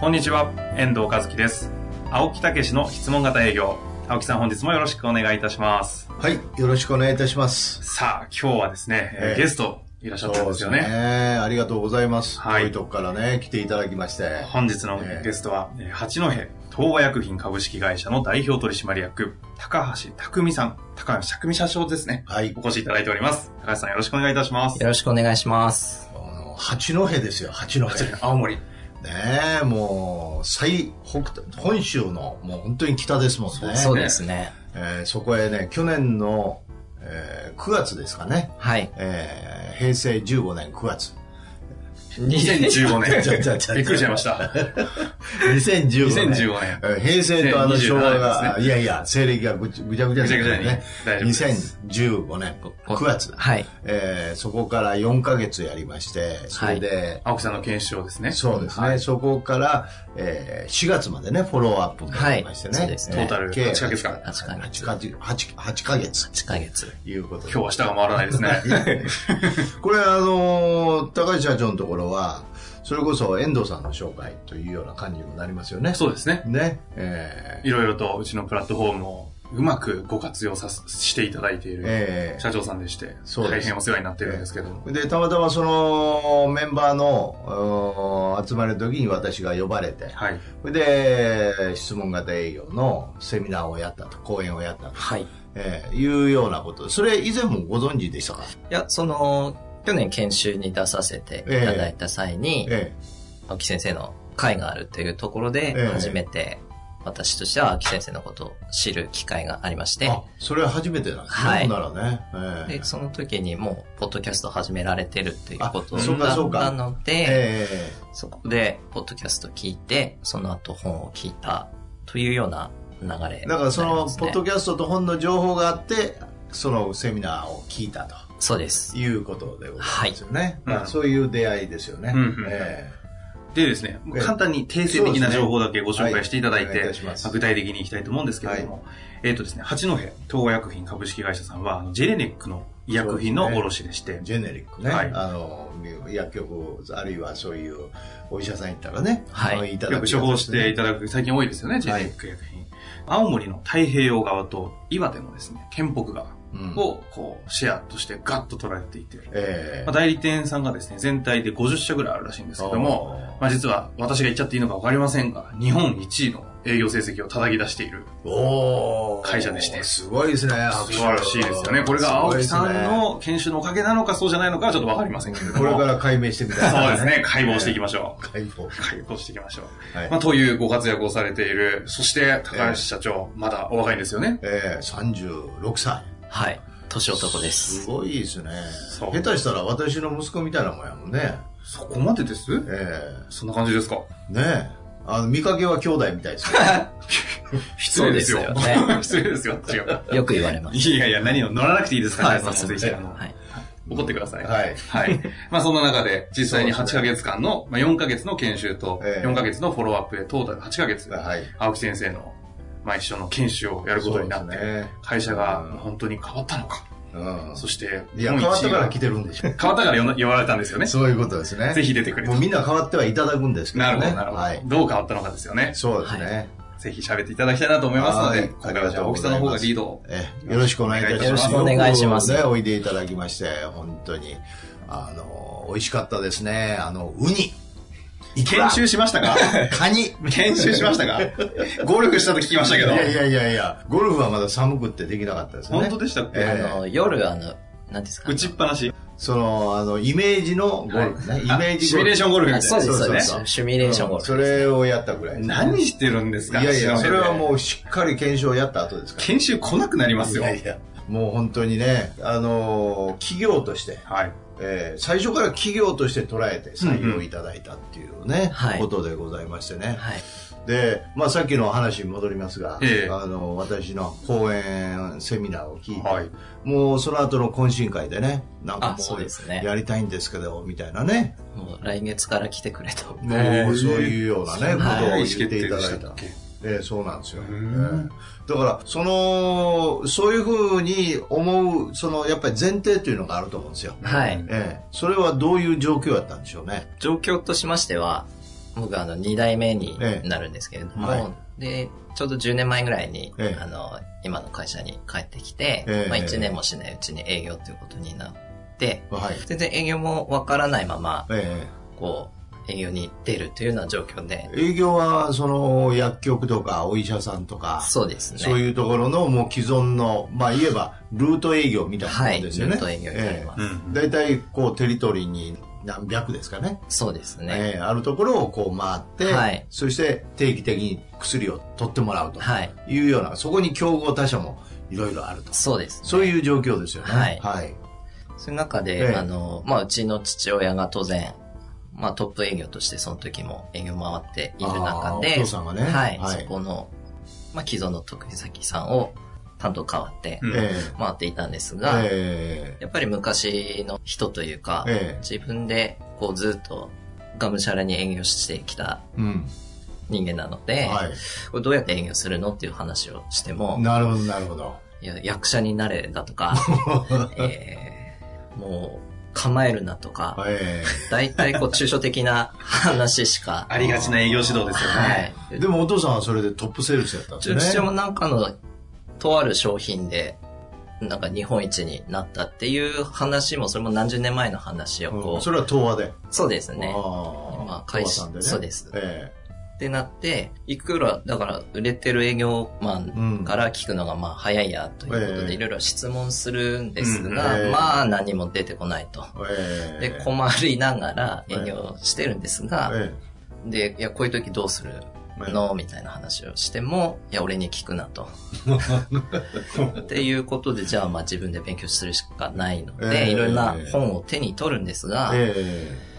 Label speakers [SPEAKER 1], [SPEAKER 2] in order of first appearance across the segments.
[SPEAKER 1] こんにちは、遠藤和樹です。青木武の質問型営業。青木さん本日もよろしくお願いいたします。
[SPEAKER 2] はい、よろしくお願いいたします。
[SPEAKER 1] さあ、今日はですね、えー
[SPEAKER 2] ええ
[SPEAKER 1] ゲストいらっしゃったんですよね。
[SPEAKER 2] ありがとうございます。
[SPEAKER 1] はい
[SPEAKER 2] 遠いとこからね、来ていただきまして。
[SPEAKER 1] 本日の
[SPEAKER 2] ええ
[SPEAKER 1] ゲストは、えー八戸東和薬品株式会社の代表取締役、高橋匠さん、高橋匠社長ですね。
[SPEAKER 2] はい
[SPEAKER 1] お、越しいただいております。高橋さんよろしくお願いいたします。
[SPEAKER 3] よろしくお願いします。
[SPEAKER 2] あの八戸ですよ、八戸。
[SPEAKER 1] 八戸
[SPEAKER 2] ね
[SPEAKER 1] 青森。
[SPEAKER 2] え、もう、最北端、本州の、もう本当に北ですもんね。
[SPEAKER 3] そうですね。
[SPEAKER 2] えーそこへね、去年の、えー9月ですかね、
[SPEAKER 3] はい。
[SPEAKER 2] えー平成15年9月。
[SPEAKER 1] 2015
[SPEAKER 2] ちょちょち
[SPEAKER 1] 年。
[SPEAKER 2] ょ
[SPEAKER 1] びっくりしちゃいました。
[SPEAKER 2] 2015年。
[SPEAKER 1] 2015年。
[SPEAKER 2] えー平成とあの昭和
[SPEAKER 1] 2017
[SPEAKER 2] が、
[SPEAKER 1] ですね
[SPEAKER 2] いやいや、西暦がぐちぐちゃぐちゃですから
[SPEAKER 1] ぐちゃ
[SPEAKER 2] ね
[SPEAKER 1] ぐ。ちゃに大丈夫です
[SPEAKER 2] 2015年
[SPEAKER 3] お
[SPEAKER 2] 9月。
[SPEAKER 3] はい。
[SPEAKER 2] えーそこから4ヶ月やりまして、それで、
[SPEAKER 1] 青木さんの研修をですね。
[SPEAKER 2] そうですね、
[SPEAKER 1] はい
[SPEAKER 2] そこから、えー4月までね、フォローアップもやりましてね。
[SPEAKER 3] はいそうですね
[SPEAKER 1] トータル
[SPEAKER 2] 計
[SPEAKER 1] 8ヶ月間。
[SPEAKER 3] 8ヶ月。
[SPEAKER 2] 8ヶ月。8, ヶ月
[SPEAKER 3] 8ヶ月。
[SPEAKER 2] ということで
[SPEAKER 1] 今日は下が回らないですね。
[SPEAKER 2] これあのー高橋社長のところは、それこそ遠藤さんの紹介というような感じにもなりますよね。
[SPEAKER 1] そうですね。
[SPEAKER 2] ね。えー
[SPEAKER 1] いろいろとうちのプラットフォームをうまくご活用させしていただいている
[SPEAKER 2] えー
[SPEAKER 1] 社長さんでして、
[SPEAKER 2] そうで
[SPEAKER 1] 大
[SPEAKER 2] す
[SPEAKER 1] 変お世話になってるんですけども。
[SPEAKER 2] で、たまたまそのメンバーのうー集まる時に私が呼ばれて、
[SPEAKER 1] はい。
[SPEAKER 2] それで、質問型営業のセミナーをやったと、講演をやったと、
[SPEAKER 3] はい。い
[SPEAKER 2] えーいうようなこと。それ以前もご存知でしたか
[SPEAKER 3] や、その、去年研修に出させていただいた際に、
[SPEAKER 2] え
[SPEAKER 3] 青木先生の会があるというところで
[SPEAKER 2] ええ、
[SPEAKER 3] 初めて私としては青木先生のことを知る機会がありまし
[SPEAKER 2] え
[SPEAKER 3] て、
[SPEAKER 2] あ、それは初めてなんですね。
[SPEAKER 3] はい
[SPEAKER 2] ほんならね。ええ
[SPEAKER 3] で、その時にもう、ポッドキャストを始められてるっていうこと
[SPEAKER 2] あ
[SPEAKER 3] だ
[SPEAKER 2] そうかそう
[SPEAKER 3] っ
[SPEAKER 2] か
[SPEAKER 3] たので、
[SPEAKER 2] え
[SPEAKER 3] そこで、ポッドキャスト聞いて、その後本を聞いたというような流れ、
[SPEAKER 2] えだからその、ポッドキャストと本の情報があって、そのセミナーを聞いた
[SPEAKER 3] そうです
[SPEAKER 2] と。いうことでございますよね。
[SPEAKER 1] はい
[SPEAKER 2] まあそういう出会いですよね。
[SPEAKER 1] うんうん
[SPEAKER 2] え
[SPEAKER 1] でですね、
[SPEAKER 2] ええ
[SPEAKER 1] 簡単に定性的な情報だけご紹
[SPEAKER 2] は
[SPEAKER 1] 介していただい
[SPEAKER 2] お願
[SPEAKER 1] て
[SPEAKER 2] し、ます
[SPEAKER 1] まあ具体的にいきたいと思うんですけれども、えっ、とですね、八戸東和薬品株式会社さんは、あのジェレネックの医薬品の卸でして、
[SPEAKER 2] ジェネリックね、
[SPEAKER 1] はい
[SPEAKER 2] あの薬局あるいはそういうお医者さん行ったらね、
[SPEAKER 3] はい
[SPEAKER 2] あのいただ
[SPEAKER 1] よ
[SPEAKER 2] く
[SPEAKER 1] く処方していただく、最近多いですよね、ジェネリック薬品。青森の太平洋側と岩手のですね、県北側
[SPEAKER 2] うん
[SPEAKER 1] をこう、シェアとしてガッと捉えていってる。
[SPEAKER 2] ええ
[SPEAKER 1] まあ代理店さんがですね、全体で50社ぐらいあるらしいんですけども、まあ実は私が言っちゃっていいのか分かりませんが、日本1位の営業成績を叩き出している。
[SPEAKER 2] おー
[SPEAKER 1] 会社でして
[SPEAKER 2] すごいですね、拍手
[SPEAKER 1] 素晴らしいですよね。これが青木さん
[SPEAKER 2] すごい
[SPEAKER 1] の研修のおかげなのかそうじゃないのかはちょっと分かりませんけれ
[SPEAKER 2] です
[SPEAKER 1] ど
[SPEAKER 2] ね
[SPEAKER 1] も。
[SPEAKER 2] これから解明してみ たい
[SPEAKER 1] そうですね、解剖していきましょう。
[SPEAKER 2] 解剖。
[SPEAKER 1] 解剖していきましょう。
[SPEAKER 2] はい
[SPEAKER 1] まあ、というご活躍をされている、そして高橋社長、まだお若いんですよね。
[SPEAKER 2] ええ36歳。
[SPEAKER 3] はい。年男です。
[SPEAKER 2] ごいですね。
[SPEAKER 1] そう
[SPEAKER 2] 下手したら私の息子みたいなもんやもんね。
[SPEAKER 1] そこまでです
[SPEAKER 2] え
[SPEAKER 1] そんな感じですか
[SPEAKER 2] えねえ。あの、見かけは兄弟みたいですね。
[SPEAKER 1] 失礼ですよ。
[SPEAKER 3] そうです よ
[SPEAKER 1] 失礼ですよ。違う。
[SPEAKER 3] よく言われま す。
[SPEAKER 1] いやいや、何を乗らなくていいですから、
[SPEAKER 3] は
[SPEAKER 1] ね
[SPEAKER 3] い、
[SPEAKER 1] さんもぜひ、あの、
[SPEAKER 3] はい。
[SPEAKER 1] 怒ってください。。
[SPEAKER 2] はいい。
[SPEAKER 1] まあ、そんな中で、実際に
[SPEAKER 2] そ
[SPEAKER 1] 8
[SPEAKER 2] うです
[SPEAKER 1] ヶ
[SPEAKER 2] ね
[SPEAKER 1] 月間の、まあ、4ヶ月の研修と、
[SPEAKER 2] ええ
[SPEAKER 1] 4ヶ月のフォローアップで、トータル8ヶ月、
[SPEAKER 2] はい。
[SPEAKER 1] 青木先生の、まあ、一緒の研修をやることになって、
[SPEAKER 2] そうですね
[SPEAKER 1] 会社が
[SPEAKER 2] うん
[SPEAKER 1] 本当に変わったのか、
[SPEAKER 2] うん。
[SPEAKER 1] そして、
[SPEAKER 2] いや、
[SPEAKER 1] 日
[SPEAKER 2] 変
[SPEAKER 1] 本
[SPEAKER 2] わっ
[SPEAKER 1] 一
[SPEAKER 2] た
[SPEAKER 1] 位
[SPEAKER 2] か
[SPEAKER 1] が
[SPEAKER 2] ら来てるんでしょ。
[SPEAKER 1] 変わったから言わ言われたんですよね。
[SPEAKER 2] そういうことですね。
[SPEAKER 1] ぜひ出てくれと
[SPEAKER 2] もうみんな変わってはいただくんですけどね。
[SPEAKER 1] なるほど、なるほど、
[SPEAKER 2] はい。
[SPEAKER 1] どう変わったのかですよね。
[SPEAKER 2] そうですね。
[SPEAKER 1] ぜひ喋っていただきたいなと思いますの
[SPEAKER 2] は
[SPEAKER 1] で
[SPEAKER 2] い、
[SPEAKER 1] 今回はじゃあ、
[SPEAKER 2] あ
[SPEAKER 1] 大
[SPEAKER 2] りがとうご
[SPEAKER 1] 木
[SPEAKER 2] ざ
[SPEAKER 1] さんの
[SPEAKER 2] います
[SPEAKER 1] 方がリードを。
[SPEAKER 2] えよろしくお願いいたします。
[SPEAKER 1] よろしくお
[SPEAKER 3] 願いします
[SPEAKER 2] よくね、おいでいただきまして、本当に。あの、美味しかったですね。あの、ウニ、
[SPEAKER 1] 研修しました か
[SPEAKER 2] カニ。
[SPEAKER 1] 研修しましたか合力したと聞きました
[SPEAKER 2] い
[SPEAKER 1] けど。
[SPEAKER 2] やいやいやいや、ゴルフはまだ寒くってできなかったですね。
[SPEAKER 1] 本当でしたっけ、
[SPEAKER 2] ええ
[SPEAKER 3] あの、夜、あの、なんですか
[SPEAKER 1] 打ちっぱなし。
[SPEAKER 2] その、あの、イメージのゴルフね。イメー
[SPEAKER 1] あ
[SPEAKER 2] ジ
[SPEAKER 1] シミ
[SPEAKER 2] ゴ
[SPEAKER 1] ュレー
[SPEAKER 2] ルフ。
[SPEAKER 1] ションゴルフみ
[SPEAKER 3] あ
[SPEAKER 1] たい
[SPEAKER 3] そ
[SPEAKER 1] な。
[SPEAKER 3] うです、そ
[SPEAKER 2] そうそ
[SPEAKER 3] うで
[SPEAKER 2] うそ
[SPEAKER 3] す。
[SPEAKER 2] う
[SPEAKER 3] シミュレーションゴルフ
[SPEAKER 2] それをやったぐらい。
[SPEAKER 1] 何してるんですか
[SPEAKER 2] いやいや、それは
[SPEAKER 1] う。
[SPEAKER 2] もうしっかり検証をやった後ですから。
[SPEAKER 1] 研修来なくなりますよ。
[SPEAKER 2] いやいや、もう本当にね、あのー企業として、
[SPEAKER 1] はい。
[SPEAKER 2] えー最初から企業として捉えて採用いただいたっていうね、
[SPEAKER 3] はい
[SPEAKER 2] ことでございましてね。
[SPEAKER 3] はい。
[SPEAKER 2] で、まあ、さっきの話に戻りますが、
[SPEAKER 1] ええ
[SPEAKER 2] あの私の講演セミナーを聞いて、
[SPEAKER 1] はい。
[SPEAKER 2] もうその後の懇親会でね、なんか
[SPEAKER 3] あそ
[SPEAKER 2] も
[SPEAKER 3] うですね
[SPEAKER 2] やりたいんですけど、みたいなね、
[SPEAKER 3] もう来月から来てくれと。
[SPEAKER 2] も
[SPEAKER 1] え
[SPEAKER 2] うそういうようなね、
[SPEAKER 3] そん
[SPEAKER 2] こ
[SPEAKER 3] な
[SPEAKER 2] と
[SPEAKER 1] 意
[SPEAKER 2] を言
[SPEAKER 1] 思
[SPEAKER 2] っ
[SPEAKER 1] 決
[SPEAKER 2] て
[SPEAKER 1] 定
[SPEAKER 2] いた
[SPEAKER 1] で
[SPEAKER 2] だ
[SPEAKER 1] し
[SPEAKER 2] い。
[SPEAKER 1] たったけ
[SPEAKER 2] ええそうなんですよ、
[SPEAKER 1] う
[SPEAKER 2] え
[SPEAKER 1] ん
[SPEAKER 2] えだからそのそういうふうに思うそのやっぱり前提というのがあると思うんですよ、
[SPEAKER 3] はい。
[SPEAKER 2] ええそれはどういう状況だったんでしょうね
[SPEAKER 3] 状況としましては、僕あの2代目になるんですけれども、
[SPEAKER 2] ええは
[SPEAKER 3] で、ちょうど10年前ぐらいに、
[SPEAKER 2] ええ
[SPEAKER 3] あの、今の会社に帰ってきて、
[SPEAKER 2] ええ
[SPEAKER 3] まあ1年もしないうちに営業ということになって、
[SPEAKER 2] はい
[SPEAKER 3] 全然営業もわからないまま、
[SPEAKER 2] え
[SPEAKER 3] こう、営業に出るというような状況で、
[SPEAKER 2] え営業はその薬局とかお医者さんとか
[SPEAKER 3] そうですね。
[SPEAKER 2] そういうところのもう既存のまあ言えばルート営業みたいなも
[SPEAKER 3] は
[SPEAKER 2] の
[SPEAKER 3] い、
[SPEAKER 2] で
[SPEAKER 3] ル
[SPEAKER 2] すよね、
[SPEAKER 3] ート営業になります。
[SPEAKER 1] うん。
[SPEAKER 2] 大体こうテリトリーに何百ですかね
[SPEAKER 3] そうですね。
[SPEAKER 2] ええあるところをこう回って、
[SPEAKER 3] はい
[SPEAKER 2] そして定期的に薬を取ってもらうと
[SPEAKER 3] はい、
[SPEAKER 2] いうようなそこに競合他社もいろいろあると
[SPEAKER 3] そうですね。
[SPEAKER 2] そういう状況ですよね。
[SPEAKER 3] はい
[SPEAKER 2] はい。
[SPEAKER 3] その中で、
[SPEAKER 2] ええ
[SPEAKER 3] あの、まあ、うちの父親が当然、まあ、トップ営業としてその時も営業回っている中
[SPEAKER 2] あー
[SPEAKER 3] で、
[SPEAKER 2] お父さんがね。
[SPEAKER 3] はい、
[SPEAKER 2] は
[SPEAKER 3] そ
[SPEAKER 2] い。
[SPEAKER 3] この、まあ、既存の得意先さんを担当変わって
[SPEAKER 1] うん
[SPEAKER 2] え
[SPEAKER 3] 回っていたんです
[SPEAKER 2] え
[SPEAKER 3] が、
[SPEAKER 2] え
[SPEAKER 3] やっぱり昔の人というか、
[SPEAKER 2] ええ
[SPEAKER 3] 自分でこうずっとがむしゃらに営業してきた
[SPEAKER 2] えうん。
[SPEAKER 3] 人間なので、
[SPEAKER 2] はい。
[SPEAKER 3] これどうやって営業するのっていう話をしても、
[SPEAKER 2] なるほど、なるほど。
[SPEAKER 3] いや役者になれだ とか、えーもう構えるなとか、
[SPEAKER 2] え
[SPEAKER 3] 大体こう抽象的な 話しか。
[SPEAKER 1] ありがちな営業指導ですよ
[SPEAKER 3] は
[SPEAKER 1] ね。
[SPEAKER 3] い。
[SPEAKER 2] えでもお父さんはそれでトップセールスやったんです
[SPEAKER 3] 中
[SPEAKER 2] ね。
[SPEAKER 3] 吉もなんかの、とある商品で、なんか日本一になったっていう話も、それも何十年前の話を
[SPEAKER 2] う
[SPEAKER 3] こ
[SPEAKER 2] ん
[SPEAKER 3] う、
[SPEAKER 2] それは東和で。
[SPEAKER 3] そうですね。
[SPEAKER 2] あ
[SPEAKER 3] まあ
[SPEAKER 2] 東
[SPEAKER 3] 会
[SPEAKER 2] 和
[SPEAKER 3] 社
[SPEAKER 2] さんでね。
[SPEAKER 3] そうです
[SPEAKER 2] え
[SPEAKER 3] ってなって、いくら、だから売れてる営業マ
[SPEAKER 2] えう
[SPEAKER 3] ン
[SPEAKER 2] ん。
[SPEAKER 3] から聞くのがまあ早いやということ
[SPEAKER 2] ええ
[SPEAKER 3] で、いろいろ質問するんですが、
[SPEAKER 2] うんええ
[SPEAKER 3] まあ何も出てこないと。
[SPEAKER 2] ええ
[SPEAKER 3] で、困りながら営業してるんですが、
[SPEAKER 2] え
[SPEAKER 3] で、いや、こういう時どうする
[SPEAKER 2] え
[SPEAKER 3] のみたいな話をしても、いや、俺に聞くな と。っていうことで、じゃあ、まあ自分で勉強するしかないので、
[SPEAKER 2] ええ
[SPEAKER 3] いろんな本を手に取るんですが、
[SPEAKER 2] ええ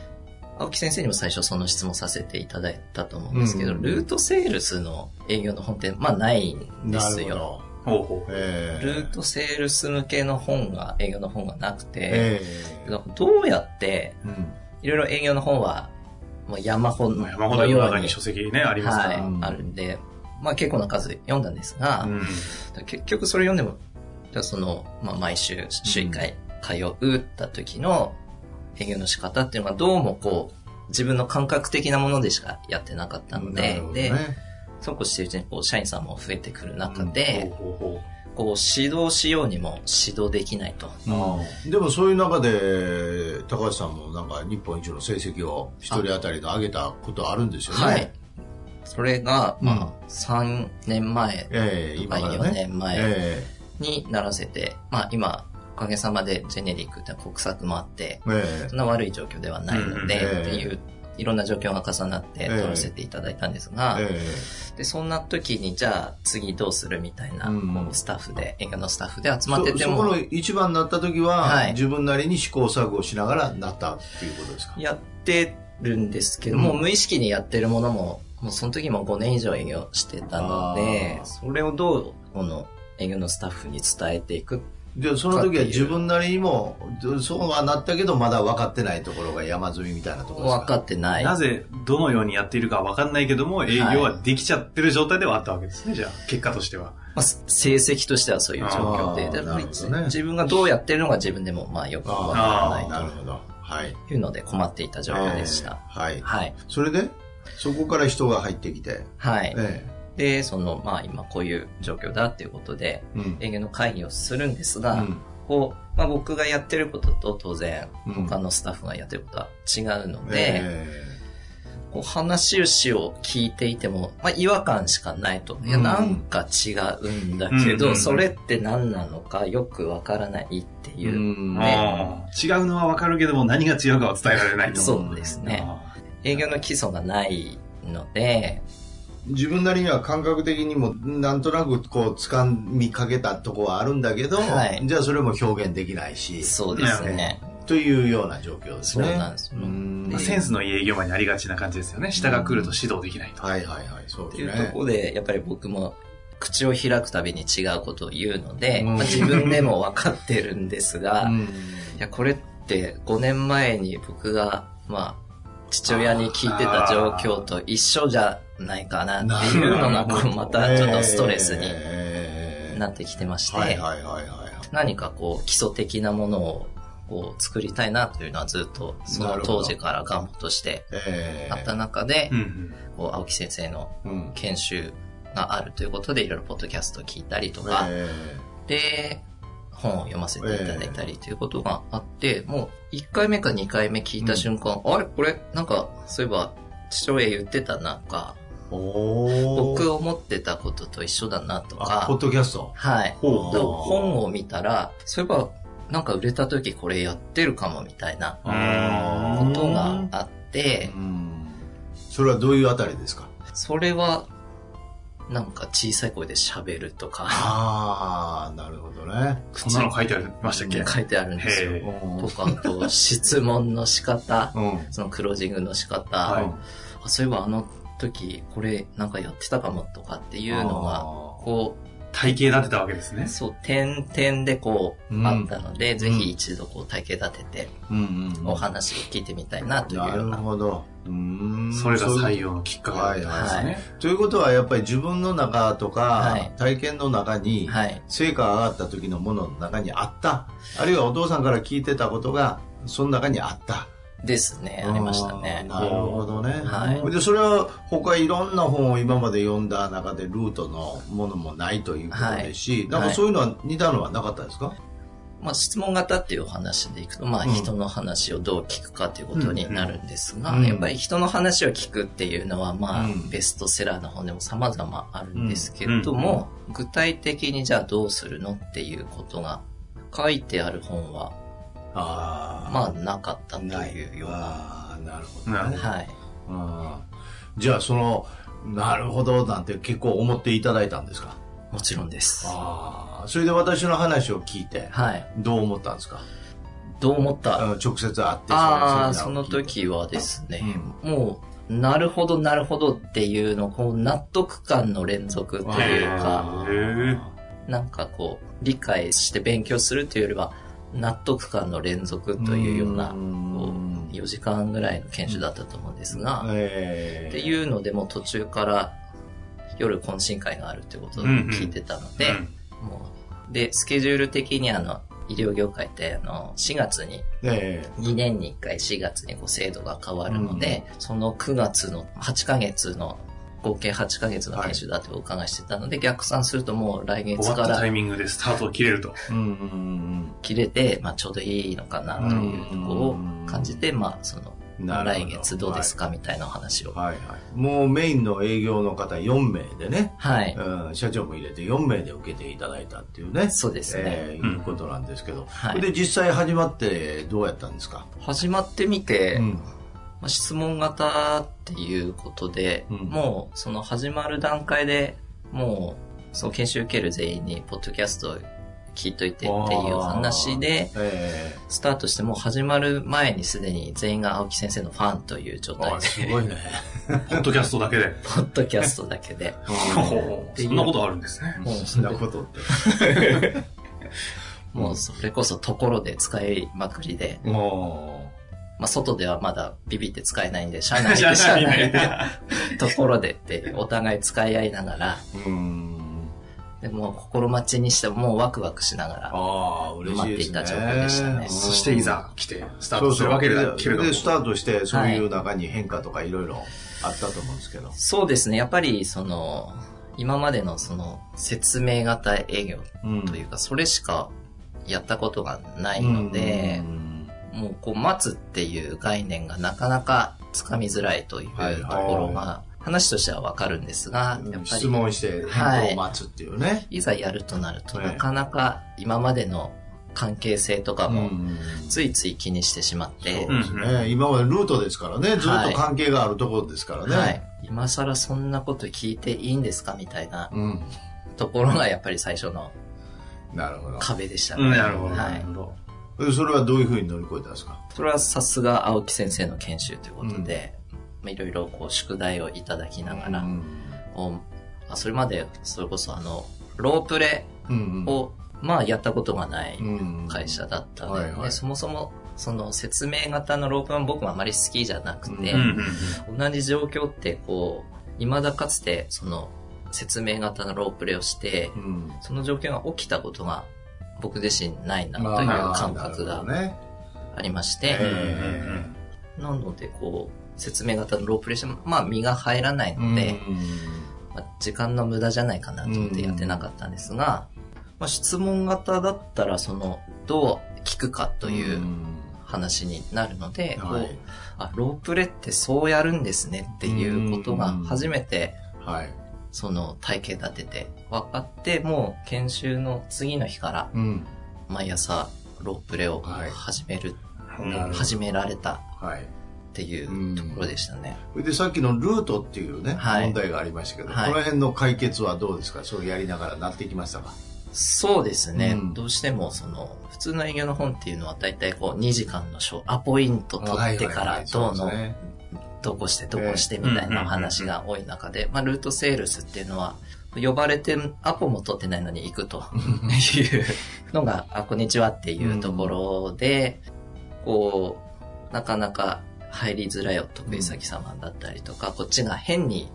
[SPEAKER 3] 青木先生にも最初その質問させていただいたと思うんですけど、
[SPEAKER 2] うん
[SPEAKER 3] ルートセールスの営業の本って、まあないんで
[SPEAKER 2] な
[SPEAKER 3] す
[SPEAKER 2] るほ
[SPEAKER 3] よ。
[SPEAKER 2] ど。
[SPEAKER 1] ほうほう。
[SPEAKER 2] ええ
[SPEAKER 3] ルートセールス向けの本が、営業の本がなくて、
[SPEAKER 2] ええ
[SPEAKER 3] だからどうやって、
[SPEAKER 2] うん。
[SPEAKER 3] いろいろ営業の本は、もう山本
[SPEAKER 1] まあ
[SPEAKER 3] のよう
[SPEAKER 1] 山ほど世の中
[SPEAKER 3] に
[SPEAKER 1] に書籍ね、ありますか
[SPEAKER 3] は
[SPEAKER 1] ら。
[SPEAKER 2] うん
[SPEAKER 3] い、あるんで、まあ結構な数読んだんですが、
[SPEAKER 1] うん
[SPEAKER 3] 結局それ読んでも、じゃあその、まあ、毎週、週1回通うった時の営業の仕方っていうのがどうもこう、自分の感覚的なものでしかやってなかったの
[SPEAKER 2] な
[SPEAKER 3] で
[SPEAKER 2] る、ほどね
[SPEAKER 3] で、そうこうしてるうちにこう、社員さんも増えてくる中
[SPEAKER 1] ほう
[SPEAKER 3] で、
[SPEAKER 1] ほうほ
[SPEAKER 3] こう、指導しようにも指導できないと。
[SPEAKER 2] うんでもそういう中で高橋さんもなんか日本一の成績を一人当たりで上げたことあるんですよね。
[SPEAKER 3] はい。それが、
[SPEAKER 2] うん
[SPEAKER 3] まあ、3年前
[SPEAKER 2] ええ
[SPEAKER 3] とか
[SPEAKER 2] 今からね。
[SPEAKER 3] 4年前
[SPEAKER 2] え
[SPEAKER 3] にならせて、まあ今、おかげさまでジェネリックって国策もあって、
[SPEAKER 2] ええ
[SPEAKER 3] そんな悪い状況ではないので、
[SPEAKER 2] うん
[SPEAKER 3] っていう、いろんな状況が重なって
[SPEAKER 2] ええ
[SPEAKER 3] 取らせていただいたんですが、
[SPEAKER 2] え
[SPEAKER 3] で、そんな時に、じゃあ次どうするみたいな、
[SPEAKER 2] うん
[SPEAKER 3] こうスタッフで、映画のスタッフで集
[SPEAKER 2] え
[SPEAKER 3] まってて
[SPEAKER 2] そそこ
[SPEAKER 3] も
[SPEAKER 2] の、一番になった時は、
[SPEAKER 3] はい
[SPEAKER 2] 自分なりに試行錯誤しながらなったっていうことですか。
[SPEAKER 3] やってるんですけど、
[SPEAKER 2] うん
[SPEAKER 3] もう無意識にやってるものも、もうその時も5年以上営業してたので
[SPEAKER 2] あー、
[SPEAKER 3] それをどう、この営業のスタッフに伝えていく。
[SPEAKER 2] でその時は自分なりにもそうはなったけどまだ分かってないところが山積みみたいなところですか。
[SPEAKER 3] 分かってな
[SPEAKER 1] う
[SPEAKER 3] い。
[SPEAKER 1] なぜ、どのようにやっているかわかんないけども、営業はできちゃってる状態ではあったわけですね、じゃあ、結果としては。
[SPEAKER 3] まあ、す成績としてはそういう状況
[SPEAKER 2] あ
[SPEAKER 3] で、
[SPEAKER 2] ー
[SPEAKER 3] だから
[SPEAKER 2] なるほどね
[SPEAKER 3] 自分がどうやってるのか自分でもまあよくわから
[SPEAKER 2] は
[SPEAKER 3] ない
[SPEAKER 2] いなる
[SPEAKER 3] と
[SPEAKER 2] ほど。はい。
[SPEAKER 3] いうので困っていた状況でした。
[SPEAKER 2] ええはい。
[SPEAKER 3] はい。
[SPEAKER 2] それでそこから人が入ってきて。
[SPEAKER 3] はい。
[SPEAKER 2] え
[SPEAKER 3] で、その、まあ今こういう状況だっていうことで、
[SPEAKER 2] えうん
[SPEAKER 3] 営業の会議をするんです
[SPEAKER 2] う
[SPEAKER 3] が、
[SPEAKER 2] ん
[SPEAKER 3] こう、まあ僕がやってることと当然
[SPEAKER 2] うん
[SPEAKER 3] 他のスタッフがやってることは違うので、
[SPEAKER 2] ええ
[SPEAKER 3] こう話し主を聞いていても、まあ違和感しかないと。いや、
[SPEAKER 2] うん
[SPEAKER 3] なんか違うんだけ
[SPEAKER 1] うんうんう
[SPEAKER 3] ど、
[SPEAKER 1] ん
[SPEAKER 3] それって何なのかよくわからないっていう。
[SPEAKER 2] ん
[SPEAKER 1] あー違うのはわかるけども、何が違うかは伝えられないと。
[SPEAKER 3] そうですね。
[SPEAKER 1] あ
[SPEAKER 3] 営業の基礎がないので、
[SPEAKER 2] 自分なりには感覚的にもなんとなくこう掴みかけたとこはあるんだけど、
[SPEAKER 3] はい
[SPEAKER 2] じゃあそれも表現できないし
[SPEAKER 3] そうですね。
[SPEAKER 2] というような状況です
[SPEAKER 3] そう
[SPEAKER 2] ね
[SPEAKER 3] なんですよ。
[SPEAKER 2] うん
[SPEAKER 1] まあセンスのいい営業マンにありがちな感じですよね。下が来ると指導できないと。
[SPEAKER 2] はいはいはいそう
[SPEAKER 3] ってい
[SPEAKER 2] で
[SPEAKER 3] う
[SPEAKER 2] す
[SPEAKER 3] と
[SPEAKER 2] ね
[SPEAKER 3] ころで、やっぱり僕も口を開くたびに違うことを言うので、
[SPEAKER 2] うん
[SPEAKER 3] まあ自分でも分かってるんですが、
[SPEAKER 2] う
[SPEAKER 3] い
[SPEAKER 2] ん
[SPEAKER 3] や、これって5年前に僕が、まあ、父親に聞いてた状況と一緒じゃないかなっていうのが、
[SPEAKER 2] なるほ
[SPEAKER 3] こ
[SPEAKER 2] ど
[SPEAKER 3] うまたちょっとストレスに
[SPEAKER 2] に
[SPEAKER 3] なってきてまして、
[SPEAKER 2] はいはいはいはい
[SPEAKER 3] 何かこう基礎的なものをこう作りたいなというのはずっとそ
[SPEAKER 2] な
[SPEAKER 3] の
[SPEAKER 2] るほど
[SPEAKER 3] 当時から願望として
[SPEAKER 2] え
[SPEAKER 3] あった中で
[SPEAKER 1] う、ん
[SPEAKER 3] こう青木先生の
[SPEAKER 2] うんうん
[SPEAKER 3] 研修があるということでいろいろポッドキャストを聞いたりとか、
[SPEAKER 2] え
[SPEAKER 3] で、本を読ませていただいたりということがあって、もう1回目か2回目聞いた瞬間、あれこれなんかそういえば父親言ってたなとか、
[SPEAKER 2] ー、お
[SPEAKER 3] 僕
[SPEAKER 2] ー
[SPEAKER 3] 思ってたことと一緒だなと
[SPEAKER 2] あポッ
[SPEAKER 3] か、
[SPEAKER 2] ドキャスト
[SPEAKER 3] はい。
[SPEAKER 2] ほ
[SPEAKER 3] で本を見たら、そういえばなんか売れた時これやってるかもみたいな
[SPEAKER 1] う
[SPEAKER 3] こ
[SPEAKER 1] ん。
[SPEAKER 3] とがあって、
[SPEAKER 2] うんそれはどういうあたりですか
[SPEAKER 3] それはなんか小さい声で喋るとか、
[SPEAKER 2] ああなるほどね
[SPEAKER 1] そんなの書いてありましたっけ
[SPEAKER 3] 書いてあるんですよ
[SPEAKER 1] へ。
[SPEAKER 3] とか、あと、質問の仕方、
[SPEAKER 2] うん
[SPEAKER 3] そのクロージングの仕方、
[SPEAKER 1] はい
[SPEAKER 3] あそういえばあの時、これなんかやってたかもとかっていうのが、こ
[SPEAKER 1] 体系立てたわけです
[SPEAKER 3] う、
[SPEAKER 1] ね。
[SPEAKER 3] そう、点々でこう、
[SPEAKER 2] うん
[SPEAKER 3] あったので、ぜひ一度こう、体系立てて、
[SPEAKER 2] うんうんうん
[SPEAKER 3] お話を聞いてみたいなというよ
[SPEAKER 2] なる
[SPEAKER 3] うな。
[SPEAKER 2] ほどうーん
[SPEAKER 1] それが採
[SPEAKER 2] 用
[SPEAKER 1] 用のきっかけだったんですね。
[SPEAKER 2] ということはやっぱり自分の中とか、
[SPEAKER 3] はい
[SPEAKER 2] 体験の中に、
[SPEAKER 3] はい。
[SPEAKER 2] 成果が上がった時のものの中にあったあるいはお父さんから聞いてたことがその中にあった
[SPEAKER 3] ですね、ありましたね。
[SPEAKER 2] なるほどね。
[SPEAKER 3] はい
[SPEAKER 2] で、それは他いろんな本を今まで読んだ中でルートのものもないということですし、
[SPEAKER 3] い
[SPEAKER 2] なんかそういうのは似たのはなかったですか、
[SPEAKER 3] まあ、質問型っていうお話でいくと、まあ、
[SPEAKER 2] うん
[SPEAKER 3] 人の話をどう聞くかということになるんですが、
[SPEAKER 2] うん
[SPEAKER 3] やっぱり人の話を聞くっていうのは、まあ、
[SPEAKER 2] うん
[SPEAKER 3] ベストセラーの本でも様々あるんですけれども、具体的にじゃあどうするのっていうことが書いてある本は、
[SPEAKER 2] あ
[SPEAKER 3] まあ、なかったと
[SPEAKER 2] ない
[SPEAKER 3] いうような。
[SPEAKER 2] あーなるほど、
[SPEAKER 1] なるほど。
[SPEAKER 3] はい。
[SPEAKER 2] うんじゃあその、なるほどなんて結構思っていただいたんですか
[SPEAKER 3] もちろんです。
[SPEAKER 2] ああ。それで私の話を聞いて、
[SPEAKER 3] はい。
[SPEAKER 2] どう思ったんですか
[SPEAKER 3] どう思った
[SPEAKER 2] あの直接会って
[SPEAKER 3] ああ、
[SPEAKER 2] セ
[SPEAKER 3] そ
[SPEAKER 2] ミナー
[SPEAKER 3] の
[SPEAKER 2] を聞いて
[SPEAKER 3] 時はですね、もう、なるほど、なるほどっていうの、こう、納得感の連続というか、
[SPEAKER 1] へー
[SPEAKER 3] なんかこう、理解して勉強するというよりは、納得感の連続というような、こ
[SPEAKER 2] ん
[SPEAKER 3] う4時間ぐらいの研修だったと思うんですが、
[SPEAKER 2] え
[SPEAKER 3] って
[SPEAKER 2] う
[SPEAKER 3] いうのでもう途中から夜懇親会があるってことを聞いてたので、もう、で、スケジュール的にあの、医療業界ってあの、4月に、
[SPEAKER 2] ええ
[SPEAKER 3] 2年に1回4月にこう制度が変わるので、その9月の8ヶ月の合計8ヶ月の研修だってお伺いしてたので、逆算するともう来
[SPEAKER 1] 終
[SPEAKER 3] 月
[SPEAKER 1] わっ
[SPEAKER 3] か
[SPEAKER 1] た
[SPEAKER 3] ら
[SPEAKER 1] タイミングでスタートを切れる と。
[SPEAKER 2] うんうんうん
[SPEAKER 3] 切れて、まあ、ちょうどいいのかなというところを感じて、まあ、その、
[SPEAKER 2] うんなるほ
[SPEAKER 3] 来月どうですかみたいなお話を。
[SPEAKER 2] はい、はいはいもうメインの営業の方4名でね、
[SPEAKER 3] はい。
[SPEAKER 2] うん、社長も入れて4名で受けていただいたっていうね
[SPEAKER 3] そうですね。
[SPEAKER 2] ええ
[SPEAKER 1] うん
[SPEAKER 2] いうことなんですけど、
[SPEAKER 3] はい
[SPEAKER 2] で実際始まってどうやったんですか、
[SPEAKER 3] 始まってみて、
[SPEAKER 2] うん
[SPEAKER 3] まあ、質問型っていうことで、
[SPEAKER 2] うん
[SPEAKER 3] もう、その始まる段階でもう、その研修受ける全員に、ポッドキャストを聞いといてっていう話で、
[SPEAKER 2] え
[SPEAKER 3] スタートしてもう始まる前にすでに全員が青木先生のファンという状
[SPEAKER 2] えあ
[SPEAKER 3] 態で、
[SPEAKER 2] すご いね
[SPEAKER 1] ポッドキャストだけで。
[SPEAKER 3] ポッドキャストだけで、
[SPEAKER 1] ほうそんなことあるんですね。
[SPEAKER 3] もう
[SPEAKER 2] そんなことって
[SPEAKER 3] もうそれこそところで使いまくりで、
[SPEAKER 2] も
[SPEAKER 3] まあ外ではまだビビって使えないん で、社内で、
[SPEAKER 1] 社
[SPEAKER 3] 社
[SPEAKER 1] 内
[SPEAKER 3] 内
[SPEAKER 1] で
[SPEAKER 3] で、ところでって、お互い使い合いながら、
[SPEAKER 2] ううん
[SPEAKER 3] でもう心待ちにしてももうワクワクしながら、
[SPEAKER 2] ああ嬉しいですね
[SPEAKER 3] 待っていた状況でしたね
[SPEAKER 2] うん
[SPEAKER 1] そしていざ来て、スタートするわけだけれど
[SPEAKER 2] そうそうで
[SPEAKER 1] も。
[SPEAKER 2] でスタートしてそういう中に変化とかいろいろあったと思うんですけど、
[SPEAKER 3] そうですね、やっぱりその、今までのその説明型営業
[SPEAKER 2] うん
[SPEAKER 3] というか、それしかやったことがないの
[SPEAKER 2] う、
[SPEAKER 3] で
[SPEAKER 2] ん
[SPEAKER 3] もうこう待つっていう概念がなかなかつかみづらいというと
[SPEAKER 2] はい
[SPEAKER 3] ころが、話としてはわかるんですが、やっぱ
[SPEAKER 2] 質
[SPEAKER 3] り、
[SPEAKER 2] 問して返答を待つっていうね、
[SPEAKER 3] いざやるとなると、
[SPEAKER 2] ええ
[SPEAKER 3] なかなか今までの関係性とか
[SPEAKER 2] う
[SPEAKER 3] も、
[SPEAKER 2] ん
[SPEAKER 3] ついつい気にしてしまって、
[SPEAKER 2] そうですね今までルートですからねずっと関係があるところですからね、
[SPEAKER 3] はい。今更そんなこと聞いていいんですかみたいな
[SPEAKER 2] うん。
[SPEAKER 3] ところがやっぱり最初の
[SPEAKER 2] なるほど。
[SPEAKER 3] 壁でしたね。
[SPEAKER 1] うん、なるほど。
[SPEAKER 3] は
[SPEAKER 1] ないる。ほど。
[SPEAKER 2] えそれはどういうふうに乗り越えたんですか
[SPEAKER 3] それはさすが青木先生の研修ということで、まあいろいろこう宿題をいただきながら、
[SPEAKER 2] うん。
[SPEAKER 3] こうあそれまでそれこそあの、ロープレ
[SPEAKER 2] うん
[SPEAKER 3] を、まあやったことがない
[SPEAKER 2] うん
[SPEAKER 3] 会社だったの
[SPEAKER 2] うん
[SPEAKER 3] で、
[SPEAKER 2] はいはい
[SPEAKER 3] そもそもその説明型のロープマン僕もあまり好きじゃなくて、
[SPEAKER 1] うんうん
[SPEAKER 3] 同じ状況ってこう、未だかつてその説明型のロープレをして、
[SPEAKER 2] うん。
[SPEAKER 3] その状況が起きたことが僕自身ないなという
[SPEAKER 1] まあ
[SPEAKER 3] 感覚が
[SPEAKER 2] ね。
[SPEAKER 3] ありまし
[SPEAKER 1] うん。う
[SPEAKER 3] て、
[SPEAKER 1] んうん
[SPEAKER 3] なのでこう、説明型のロープレしても、まあ身が入らないので、まあ時間の無駄じゃないかなと思ってやってなかったんですが、まあ質問型だったらその、どう聞くかという、話になるので、こう
[SPEAKER 2] はい
[SPEAKER 3] あロープレってそうやるんですねっていうことが初めて
[SPEAKER 2] はい。
[SPEAKER 3] その体系立てて分かってもう研修の次の日から
[SPEAKER 2] うん。
[SPEAKER 3] 毎朝ロープレを
[SPEAKER 2] はい
[SPEAKER 3] 始める、
[SPEAKER 1] うん
[SPEAKER 2] なるほど
[SPEAKER 3] 始められた
[SPEAKER 2] はい。
[SPEAKER 3] っていうところでしたね。
[SPEAKER 2] それでさっきのルートっていうね、
[SPEAKER 3] はい
[SPEAKER 2] 問題がありましたけど、
[SPEAKER 3] はい
[SPEAKER 2] この辺の解決はどうですかそれやりながらなっていきましたか
[SPEAKER 3] そうですね、
[SPEAKER 2] うん
[SPEAKER 3] どうしてもその普通の営業の本っていうのは大体こう2時間のショーアポイント取ってか
[SPEAKER 2] はいはい
[SPEAKER 3] ら
[SPEAKER 2] はい
[SPEAKER 3] どう
[SPEAKER 2] そう
[SPEAKER 3] の
[SPEAKER 2] ですね
[SPEAKER 3] どこしてどこしてみたいなお話が多い中で、まあ、ルートセールスっていうのは、呼ばれてアポも取ってないのに行くというのが、あ、こんにちはっていうところで、こう、なかなか入りづらいお得意先様だったりとか、こっちが変に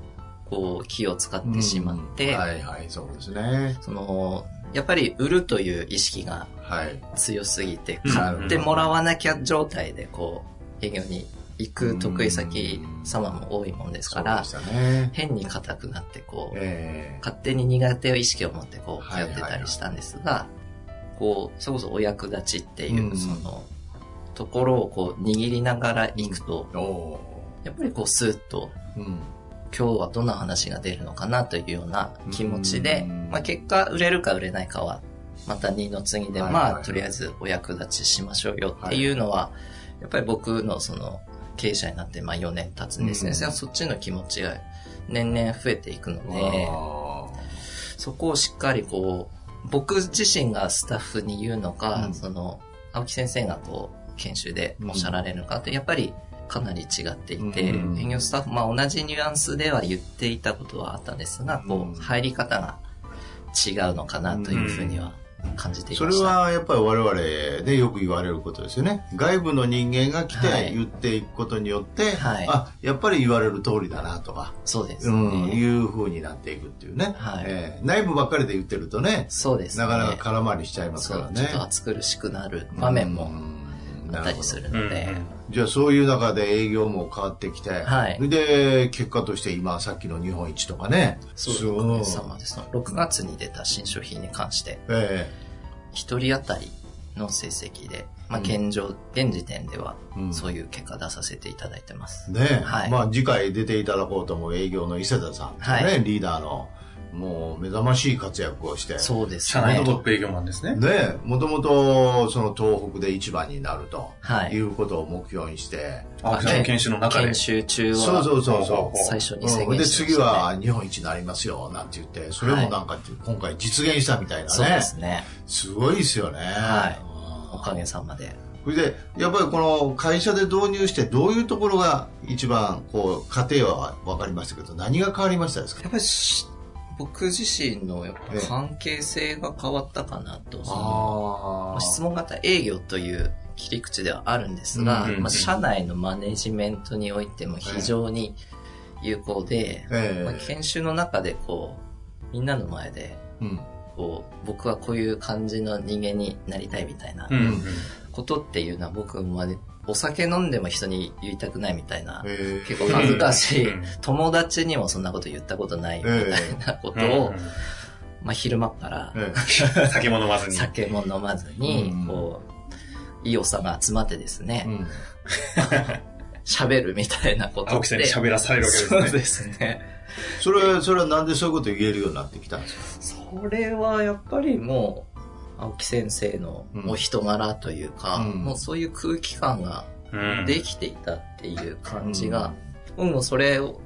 [SPEAKER 3] こう気を使ってしまって、
[SPEAKER 2] うんはいはい、そうですね。
[SPEAKER 3] その、やっぱり売るという意識が
[SPEAKER 2] はい。
[SPEAKER 3] 強すぎて、
[SPEAKER 1] うん
[SPEAKER 3] 買ってもらわなきゃ状態で、こう、営業に行く得意先様も多いもんですから、
[SPEAKER 2] そうでしたね。
[SPEAKER 3] 変に硬くなって、こう、
[SPEAKER 2] え
[SPEAKER 3] 勝手に苦手を意識を持って、こう、通
[SPEAKER 2] はい
[SPEAKER 3] っ
[SPEAKER 2] はい
[SPEAKER 3] てたりしたんですが、こう、それこそお役立ちって
[SPEAKER 2] う
[SPEAKER 3] い
[SPEAKER 2] ん
[SPEAKER 3] う、その、ところをこう、握りながら行くと、
[SPEAKER 2] えお
[SPEAKER 3] やっぱりこう、スーッと、
[SPEAKER 2] ーうん。
[SPEAKER 3] 今日はどんな話が出るのかなというような気持ちで
[SPEAKER 2] うん、
[SPEAKER 3] まあ結果売れるか売れないかは、また二の次で、
[SPEAKER 2] はいはい
[SPEAKER 3] まあとりあえずお役立ちしましょうよっていうのは、やっぱり僕のその経営者になってまあ4年経つんです
[SPEAKER 2] う
[SPEAKER 3] ね。
[SPEAKER 2] ん
[SPEAKER 3] そっちの気持ちが年々増えていくので、
[SPEAKER 2] あ
[SPEAKER 3] そこをしっかりこう、僕自身がスタッフに言うのか、
[SPEAKER 2] うん
[SPEAKER 3] その、青木先生がこう、研修でおっしゃられるのかって、やっぱりかなり違っていて、
[SPEAKER 2] うん
[SPEAKER 3] 営業スタッフ、まあ同じニュアンスでは言っていたことはあったんですが、こ
[SPEAKER 2] うん
[SPEAKER 3] う、入り方が違うのかなというふうには感じて
[SPEAKER 2] ー
[SPEAKER 3] い
[SPEAKER 2] そ
[SPEAKER 3] ま
[SPEAKER 2] れ
[SPEAKER 3] した。
[SPEAKER 2] はやっぱり我々でよく言われることですよね。外部の人間が来
[SPEAKER 3] はい
[SPEAKER 2] て言っていくことによって、
[SPEAKER 3] はい
[SPEAKER 2] あ、やっぱり言われる通りだなとか、
[SPEAKER 3] そうです
[SPEAKER 2] うん、
[SPEAKER 3] ね。
[SPEAKER 2] いう風になっていくっていうね。
[SPEAKER 3] はい
[SPEAKER 2] えー内部ばっかりで言ってるとね、
[SPEAKER 3] そうですね。
[SPEAKER 2] なかなか空回りしちゃいます
[SPEAKER 3] そ
[SPEAKER 2] から
[SPEAKER 3] う、
[SPEAKER 2] ね。
[SPEAKER 3] ちょっと暑苦しくなる場面も
[SPEAKER 2] うん
[SPEAKER 3] あったりするので、
[SPEAKER 2] じゃあそういう中で営業も変わってきて、
[SPEAKER 3] はい
[SPEAKER 2] で、結果として今さっきの日本一とかね、
[SPEAKER 3] そうおかげさまでその6月に出た新商品に関して、
[SPEAKER 2] え
[SPEAKER 3] 一人当たりの成績で、まあ、
[SPEAKER 2] うん
[SPEAKER 3] 現状、現時点では
[SPEAKER 2] うん
[SPEAKER 3] そういう結果出させていただいてます。
[SPEAKER 2] えねえ、
[SPEAKER 3] はい
[SPEAKER 2] まあ次回出ていただこうと思う営業の伊勢田さんとね、
[SPEAKER 3] はい
[SPEAKER 2] リーダーのもう目覚ましい活躍をして、
[SPEAKER 3] そうです
[SPEAKER 1] 社内の
[SPEAKER 3] ね。
[SPEAKER 1] トップ営業マンですね。
[SPEAKER 2] ねえ、もともとその東北で一番になると
[SPEAKER 3] はい
[SPEAKER 2] いうことを目標にして、
[SPEAKER 1] 青木さんの研修の中で
[SPEAKER 3] 研。修中
[SPEAKER 2] そうそ
[SPEAKER 3] は
[SPEAKER 2] うそうそう。
[SPEAKER 3] 最初に宣言してま
[SPEAKER 2] で
[SPEAKER 3] した、ね
[SPEAKER 2] 次は日本一になりますよなんて言ってそれもなんか今回実現したみたいなね、
[SPEAKER 3] そうですね。
[SPEAKER 2] すごいですよね
[SPEAKER 3] はいお
[SPEAKER 2] は
[SPEAKER 3] かげさまで。
[SPEAKER 2] それでやっぱりこの会社で導入してどういうところが一番こう家庭は分かりましたけど何が変わりましたです
[SPEAKER 3] や
[SPEAKER 2] か
[SPEAKER 3] っぱりし僕自身のやっぱ
[SPEAKER 2] ええ
[SPEAKER 3] 関係性が変わったかなと。その
[SPEAKER 2] あー
[SPEAKER 3] 質問型営業という切り口ではあるんですが、
[SPEAKER 1] うんうんうん
[SPEAKER 3] まあ、社内のマネジメントにおいても非常に有効で、
[SPEAKER 2] え
[SPEAKER 3] まあ、
[SPEAKER 2] え
[SPEAKER 3] 研修の中でこう、みんなの前で
[SPEAKER 2] うん
[SPEAKER 3] こう僕はこういう感じの人間になりたいみたいな
[SPEAKER 1] うんうん。
[SPEAKER 3] ことっていうのは僕までお酒飲んでも人に言いたくないみたいな、
[SPEAKER 2] ええ
[SPEAKER 3] 結構恥ずかしい、
[SPEAKER 1] うん
[SPEAKER 3] 友達にもそんなこと言ったことないみたいなことを、まあ、昼間から
[SPEAKER 2] え
[SPEAKER 1] 酒も飲まずに。
[SPEAKER 3] 酒も飲まずに、
[SPEAKER 2] うん
[SPEAKER 3] こういいおっさんが集まってです
[SPEAKER 2] え
[SPEAKER 3] ね
[SPEAKER 2] うん
[SPEAKER 3] 喋、るみたいなこと
[SPEAKER 1] 青木さんに喋らされるわけです
[SPEAKER 3] そう
[SPEAKER 1] ね。
[SPEAKER 3] ですね
[SPEAKER 2] それはそれはなんでそういうこと言えるようになってきたんですか
[SPEAKER 3] それはやっぱりもう青木先生のお人柄というか、
[SPEAKER 2] うん
[SPEAKER 3] もうそういう空気感が
[SPEAKER 1] うん
[SPEAKER 3] できていたっていう感じが、僕もそれを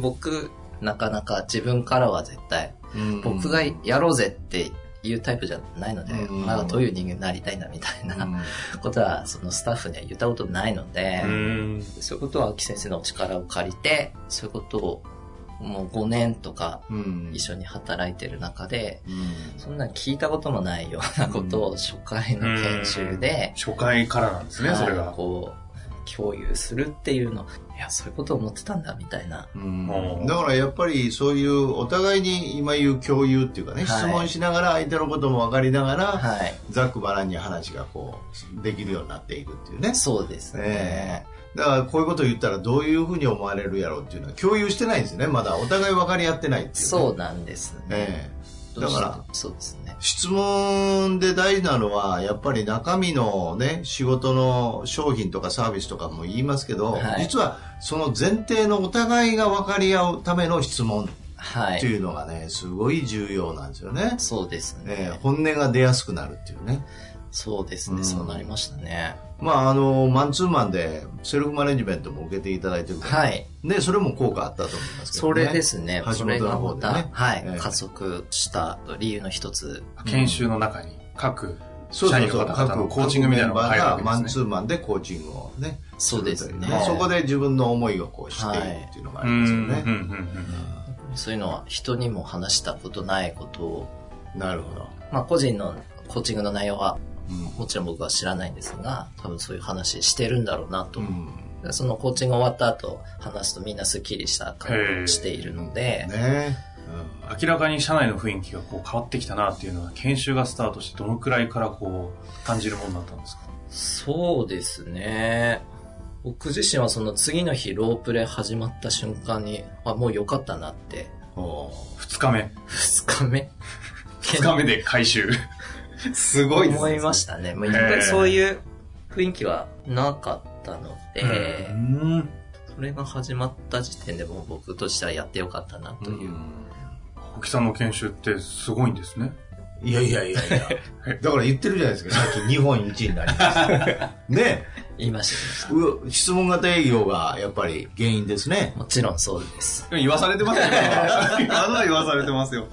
[SPEAKER 3] 僕、なかなか自分からは絶対、僕がやろうぜっていうタイプじゃないので、
[SPEAKER 2] うん
[SPEAKER 3] まあどういう人間になりたいんだみたいなことは、そのスタッフには言ったことないので、
[SPEAKER 1] うん。
[SPEAKER 3] そういうことは秋先生のお力を借りて、そういうことをもう5年とか一緒に働いてる中で、そんな聞いたこともないようなことを初回の研修で、
[SPEAKER 1] 初回からなんですね、それ
[SPEAKER 3] は
[SPEAKER 1] が
[SPEAKER 3] い。こう、共有するっていうの、いや、そういうことを思ってたんだ、みたいな。
[SPEAKER 1] うん
[SPEAKER 2] だからやっぱりそういうお互いに今言う共有っていうかね、
[SPEAKER 3] はい
[SPEAKER 2] 質問しながら相手のことも分かりながら、
[SPEAKER 3] はい。
[SPEAKER 2] ざっくばらんに話がこうできるようになっていくっていうね
[SPEAKER 3] そうですね。
[SPEAKER 2] だからこういうことを言ったらどういうふうに思われるやろうっていうのは共有してないんですねまだお互い分かり合ってないっていうね、
[SPEAKER 3] そうなんですね。
[SPEAKER 2] ええ
[SPEAKER 3] どうして
[SPEAKER 2] だか
[SPEAKER 3] そうですね。
[SPEAKER 2] 質問で大事なのはやっぱり中身のね仕事の商品とかサービスとかも言いますけど、
[SPEAKER 3] はい
[SPEAKER 2] 実はその前提のお互いが分かり合うための質問
[SPEAKER 3] は
[SPEAKER 2] って
[SPEAKER 3] い。
[SPEAKER 2] いうのがねすごい重要なんですよね、
[SPEAKER 3] そうです
[SPEAKER 2] ええ
[SPEAKER 3] ね。
[SPEAKER 2] 本音が出やすくなるっていうね
[SPEAKER 3] そうです
[SPEAKER 2] う
[SPEAKER 3] ね。
[SPEAKER 2] ん
[SPEAKER 3] そうなりましたね。
[SPEAKER 2] まあ、あのマンツーマンでセルフマネジメントも受けていただいてるから、
[SPEAKER 3] はい。
[SPEAKER 2] ね、それも効果あったと思いますけど、
[SPEAKER 3] そ
[SPEAKER 2] ね、
[SPEAKER 3] れですね。
[SPEAKER 2] 橋
[SPEAKER 3] そ
[SPEAKER 2] 本
[SPEAKER 3] れ
[SPEAKER 2] の
[SPEAKER 3] が
[SPEAKER 2] 方
[SPEAKER 3] ま
[SPEAKER 2] でね
[SPEAKER 3] た、は
[SPEAKER 2] ええ
[SPEAKER 3] い。加速した理由の一つ。
[SPEAKER 1] 研修の中に各
[SPEAKER 2] そう
[SPEAKER 1] 社
[SPEAKER 2] そう
[SPEAKER 1] 員
[SPEAKER 2] そ
[SPEAKER 1] の
[SPEAKER 2] う
[SPEAKER 1] 方々の
[SPEAKER 2] 各
[SPEAKER 1] コーチングみたいなの
[SPEAKER 2] メ
[SPEAKER 1] が
[SPEAKER 2] ンバ
[SPEAKER 1] 入る
[SPEAKER 2] ーが
[SPEAKER 1] わ
[SPEAKER 2] マ
[SPEAKER 1] け
[SPEAKER 2] ン
[SPEAKER 1] です
[SPEAKER 2] ツ
[SPEAKER 1] ね。
[SPEAKER 2] ーマンでコーチングをね
[SPEAKER 3] そうですね
[SPEAKER 2] るといねそこで自分の思いをこうしているっていうのがあ
[SPEAKER 1] う
[SPEAKER 2] り
[SPEAKER 1] ん
[SPEAKER 2] ま
[SPEAKER 1] う
[SPEAKER 2] すよ
[SPEAKER 1] んうん
[SPEAKER 2] ね、
[SPEAKER 3] そういうのは人にも話したことないことを、
[SPEAKER 2] なるほど、
[SPEAKER 3] まあ個人のコーチングの内容は
[SPEAKER 2] うん
[SPEAKER 3] もちろん僕は知らないんですが、多分そういう話してるんだろうなと。
[SPEAKER 2] うん
[SPEAKER 3] そのコーチング終わった後、話すとみんなスッキリした顔をしているので、
[SPEAKER 2] ね
[SPEAKER 1] うん明らかに社内の雰囲気がこう変わってきたなっていうのは研修がスタートしてどのくらいからこう感じるものだったんですか
[SPEAKER 3] そうですね。僕自身はその次の日ロープレイ始まった瞬間に、あ、もう良かったなって、
[SPEAKER 1] 二日目
[SPEAKER 3] 二日目。
[SPEAKER 1] 二日目で回収すごいですね
[SPEAKER 3] 思いましたね。もう一回そういう雰囲気はなかったので、
[SPEAKER 1] うん
[SPEAKER 3] それが始まった時点でもう僕としてはやってよかったなと
[SPEAKER 2] う
[SPEAKER 3] いう。
[SPEAKER 2] ん
[SPEAKER 1] 青木さんの研修ってすごいんですね
[SPEAKER 2] いやいやいやいや だから言ってるじゃないですかさっき日本一になりましたね
[SPEAKER 3] 言いました、
[SPEAKER 2] う質問型営業がやっぱり原因ですね
[SPEAKER 3] もちろんそうです。
[SPEAKER 1] 言わされて ますよあのは言わされてますよ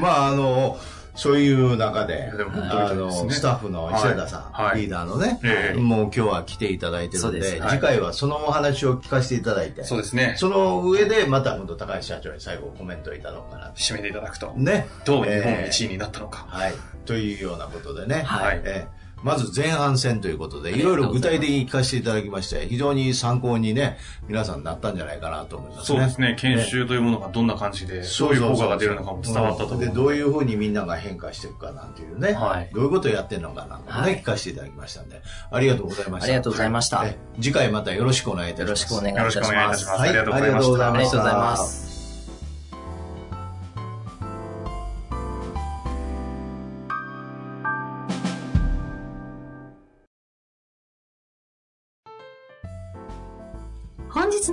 [SPEAKER 2] まああのそういう中で
[SPEAKER 1] やでも本当
[SPEAKER 2] あ
[SPEAKER 1] にそう
[SPEAKER 2] の
[SPEAKER 1] ですね
[SPEAKER 2] スタッフの伊勢田さん、
[SPEAKER 1] はいはい
[SPEAKER 2] リーダーのね、
[SPEAKER 1] ええ
[SPEAKER 2] もう今日は来ていただいてる
[SPEAKER 3] そ
[SPEAKER 2] の
[SPEAKER 3] う
[SPEAKER 2] で
[SPEAKER 3] ですはい
[SPEAKER 2] 次回はそのお話を聞かせていただいて
[SPEAKER 1] そうですね
[SPEAKER 2] その上でまた今度高橋社長に最後コメントをいただこうかなと
[SPEAKER 1] 締めていただくと
[SPEAKER 2] ね
[SPEAKER 1] どう日本一位になったのか
[SPEAKER 2] はいというようなことでね、
[SPEAKER 3] はい
[SPEAKER 2] ええまず前半戦ということで、
[SPEAKER 3] あ
[SPEAKER 2] い
[SPEAKER 3] りがと
[SPEAKER 2] ろ
[SPEAKER 3] う
[SPEAKER 2] いろ具
[SPEAKER 3] ございます
[SPEAKER 2] 体的に聞かせていただきまして、非常に参考にね、皆さんなったんじゃないかなと思います
[SPEAKER 1] そう
[SPEAKER 2] ね。
[SPEAKER 1] ですね研修というものがどんな感じでどういう効果が出るのかも伝わったと思う
[SPEAKER 2] でどういうふうにみんなが変化していくかなんていうね、
[SPEAKER 1] はい
[SPEAKER 2] どういうことをやってるのかなんかもね、
[SPEAKER 3] はい
[SPEAKER 2] 聞かせていただきましたんでありがとうございました
[SPEAKER 3] ありがとうございました
[SPEAKER 2] え次回またよろしくお願いいたし
[SPEAKER 3] よ
[SPEAKER 2] ます
[SPEAKER 3] ろしくお願いい
[SPEAKER 1] よろ
[SPEAKER 3] た
[SPEAKER 1] し
[SPEAKER 3] し
[SPEAKER 1] くお願いい
[SPEAKER 3] ま
[SPEAKER 1] た
[SPEAKER 3] す
[SPEAKER 1] し。ます、
[SPEAKER 2] はい
[SPEAKER 1] ありがとうございました
[SPEAKER 2] あ
[SPEAKER 3] ありがとうございます。
[SPEAKER 4] 本日